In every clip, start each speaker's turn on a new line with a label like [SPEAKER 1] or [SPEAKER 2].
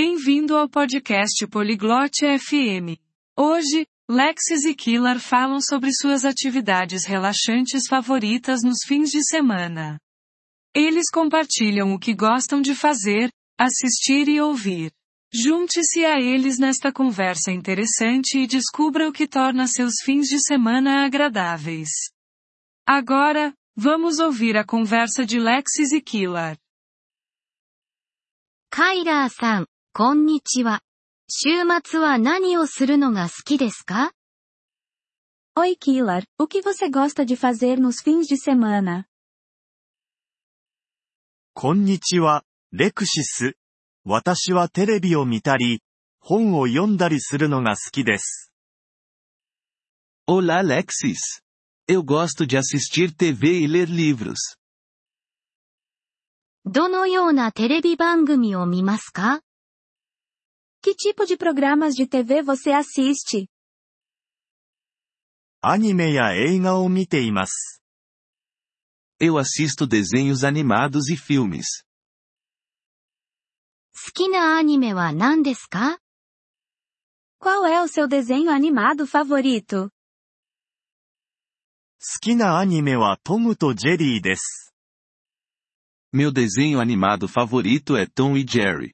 [SPEAKER 1] Bem-vindo ao podcast Poliglote FM. Hoje, Lexis e Killer falam sobre suas atividades relaxantes favoritas nos fins de semana. Eles compartilham o que gostam de fazer, assistir e ouvir. Junte-se a eles nesta conversa interessante e descubra o que torna seus fins de semana agradáveis. Agora, vamos ouvir a conversa de Lexis e Killer.
[SPEAKER 2] カイラーさん、こんにちは。週末は何をするのが好きですか
[SPEAKER 3] Oi, Killer. O que você gosta de fazer nos fins de semana?
[SPEAKER 4] こんにちは、レクシス。私はテレビを見たり、本を読んだりするのが好きです。
[SPEAKER 5] Olá, Alexis. Eu gosto de assistir TV e ler livros.
[SPEAKER 2] どのようなテレビ番組を見ますか
[SPEAKER 3] Que tipo de programas de TV você assiste?
[SPEAKER 4] アニメや映画を見ています。
[SPEAKER 5] Eu assisto desenhos animados e filmes.
[SPEAKER 2] 好きなアニメは何ですか
[SPEAKER 3] Qual é o seu desenho animado favorito?
[SPEAKER 4] 好きなアニメはトムとジェリーです。
[SPEAKER 5] Meu desenho animado favorito é Tom e Jerry.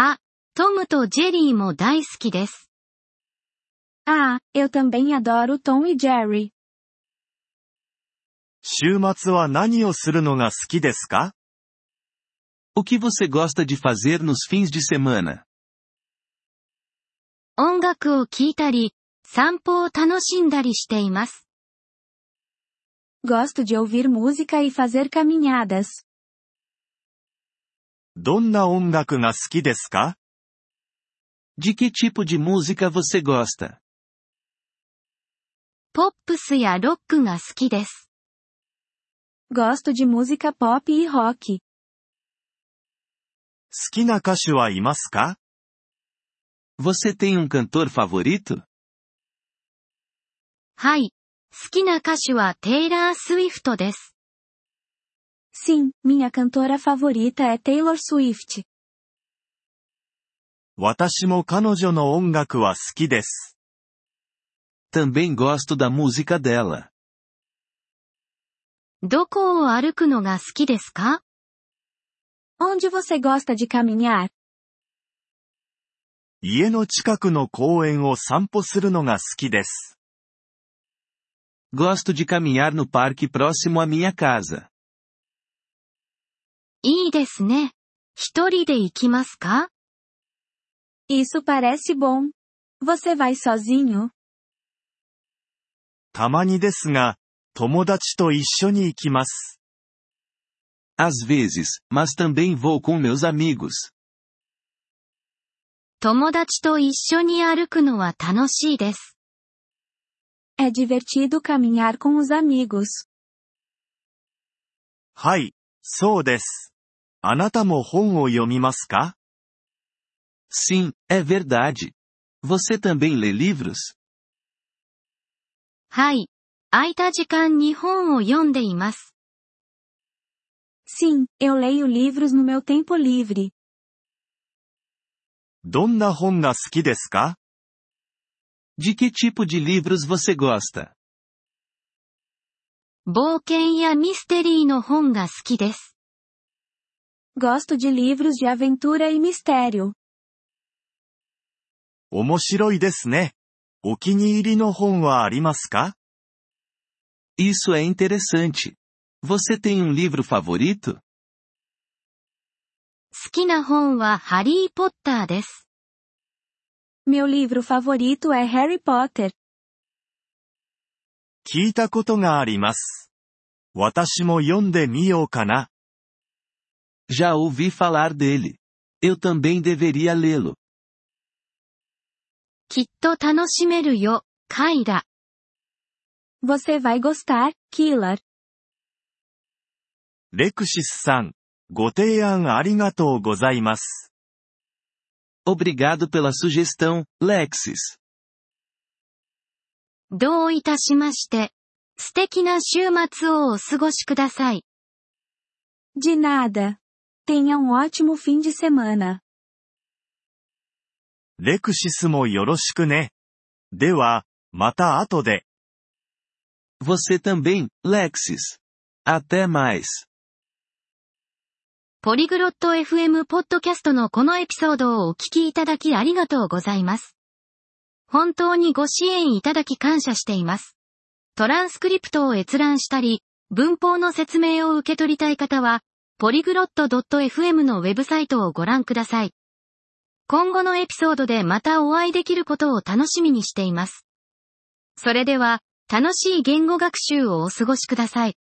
[SPEAKER 2] あ、トムとジェリーも大好きです。
[SPEAKER 3] Ah, eu também adoro Tom e Jerry.
[SPEAKER 4] 週末は何をするのが好きですか
[SPEAKER 5] O que você gosta de fazer nos fins de semana?
[SPEAKER 2] 音楽を聴いたり、散歩を楽しんだりしています。
[SPEAKER 3] Gosto de ouvir música e fazer caminhadas.
[SPEAKER 4] どんな音楽が好きですか
[SPEAKER 5] De que tipo de música você gosta?
[SPEAKER 2] ポップスやロックが好きです。
[SPEAKER 3] Gosto de música pop e rock.
[SPEAKER 4] 好きな歌手はいますか
[SPEAKER 5] Você tem um cantor favorito?
[SPEAKER 2] はい。好きな歌手はテイラー・スウィフトです。
[SPEAKER 3] Sim, minha cantora favorita é Taylor Swift.
[SPEAKER 4] 私も彼女の音楽は好きです。
[SPEAKER 5] Também gosto da música dela.
[SPEAKER 2] どこを歩くのが好きですか
[SPEAKER 3] Onde você gosta de caminhar?
[SPEAKER 4] 家の近くの公園を散歩するのが好きです。
[SPEAKER 5] Gosto de caminhar no parque próximo à minha casa.
[SPEAKER 2] いいですね。一人で行きますか
[SPEAKER 3] Isso parece bom. Você vai sozinho?
[SPEAKER 4] たまにですが、友達と一緒に行きます。
[SPEAKER 5] Às vezes, mas também vou com meus amigos.
[SPEAKER 2] 友達と一緒に歩くのは楽しいです。
[SPEAKER 3] É divertido caminhar com os amigos.
[SPEAKER 4] はい、そうです。あなたも本を読みますか
[SPEAKER 5] Sim, é verdade. Você também lê livros?
[SPEAKER 2] はい。空いた時間に本を読んでいます。
[SPEAKER 3] Sim, eu leio livros no meu tempo livre.
[SPEAKER 4] どんな本が好きですか
[SPEAKER 5] De que tipo de livros você gosta?
[SPEAKER 2] 冒険やミステリーの本が好きです。
[SPEAKER 3] Gosto de livros de aventura e mistério.
[SPEAKER 4] 面白いですね。お気に入りの本はありますか
[SPEAKER 5] Isso é interessante. Você tem um livro favorito?
[SPEAKER 2] 好きな本はハリーポッターです。
[SPEAKER 3] Meu livro favorito é Harry Potter.
[SPEAKER 4] 聞いたことがあります。私も読んでみようかな。
[SPEAKER 5] Já ouvi falar dele. Eu também deveria lê-lo.
[SPEAKER 2] きっと楽しめるよ、カイラ。
[SPEAKER 3] Você vai gostar, Killer.
[SPEAKER 4] レクシスさん、ご提案ありがとうございます。
[SPEAKER 5] Obrigado pela sugestão, Lexis.
[SPEAKER 2] どういたしまして。素敵な週末をお過ごしください。
[SPEAKER 3] De nada. Tenha um ótimo fim de semana.
[SPEAKER 4] レクシスもよろしくね。では、また後で。
[SPEAKER 5] Você também, Lexis. Até mais.
[SPEAKER 2] ポリグロット FM ポッドキャストのこのエピソードをお聞きいただきありがとうございます。本当にご支援いただき感謝しています。トランスクリプトを閲覧したり、文法の説明を受け取りたい方は、ポリグロット .fm のウェブサイトをご覧ください。今後のエピソードでまたお会いできることを楽しみにしています。それでは、楽しい言語学習をお過ごしください。